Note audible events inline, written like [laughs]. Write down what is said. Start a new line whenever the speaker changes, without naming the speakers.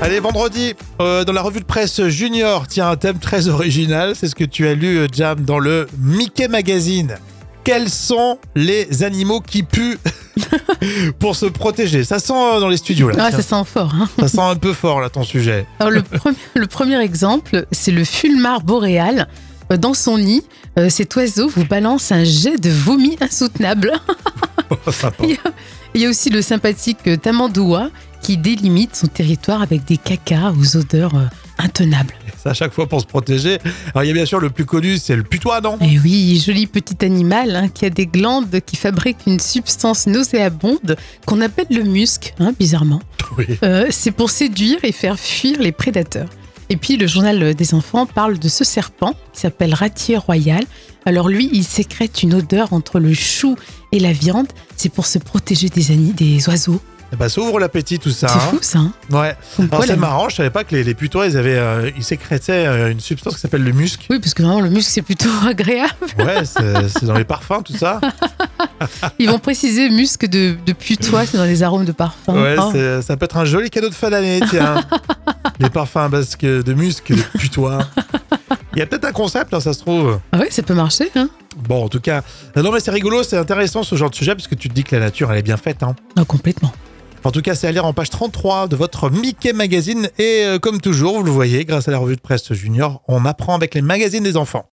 Allez, vendredi, euh, dans la revue de presse Junior, tiens, un thème très original, c'est ce que tu as lu, euh, Jam, dans le Mickey Magazine. Quels sont les animaux qui puent [laughs] pour se protéger Ça sent euh, dans les studios, là.
Ah,
tiens.
ça sent fort. hein.
ça sent un peu fort, là, ton sujet.
Alors, le, [laughs] premier, le premier exemple, c'est le fulmar boréal. Euh, Dans son nid, euh, cet oiseau vous balance un jet de vomi insoutenable. [laughs]
Sympa.
Il y a- il y a aussi le sympathique euh, tamandoua qui délimite son territoire avec des cacas aux odeurs euh, intenables.
C'est à chaque fois pour se protéger. Alors, il y a bien sûr le plus connu, c'est le putois, non
Et oui, joli petit animal hein, qui a des glandes qui fabriquent une substance nauséabonde qu'on appelle le musc, hein, bizarrement.
Oui.
Euh, c'est pour séduire et faire fuir les prédateurs. Et puis le journal des enfants parle de ce serpent qui s'appelle ratier royal. Alors lui, il sécrète une odeur entre le chou et la viande. C'est pour se protéger des, ani- des oiseaux.
Eh ben, ça ouvre l'appétit, tout ça.
C'est [laughs]
hein.
fou ça. hein
Ouais.
Comme
Alors,
quoi,
c'est
la-
marrant, je savais pas que les, les putois, ils, avaient, euh, ils sécrétaient euh, une substance qui s'appelle le musc.
Oui, parce que vraiment le muscle c'est plutôt [laughs] agréable.
Ouais, c'est c'est dans les parfums, tout ça.
Ils vont préciser musc de, de putois c'est dans les arômes de parfum.
Ouais,
Oh.
c'est- ça peut être un joli cadeau de fin d'année, tiens. les parfums basques de musc, de putois. Il y a peut-être un concept, hein, ça se trouve.
Ah ouais, ça peut marcher. Hein
Bon, en tout cas, euh, non mais c'est rigolo, c'est intéressant ce genre de sujet, parce que tu te dis que la nature, elle est bien faite. hein.
Ah, complètement.
En tout cas, c'est à lire en page 33 de votre Mickey Magazine. Et euh, comme toujours, vous le voyez, grâce à la revue de presse Junior, on apprend avec les magazines des enfants.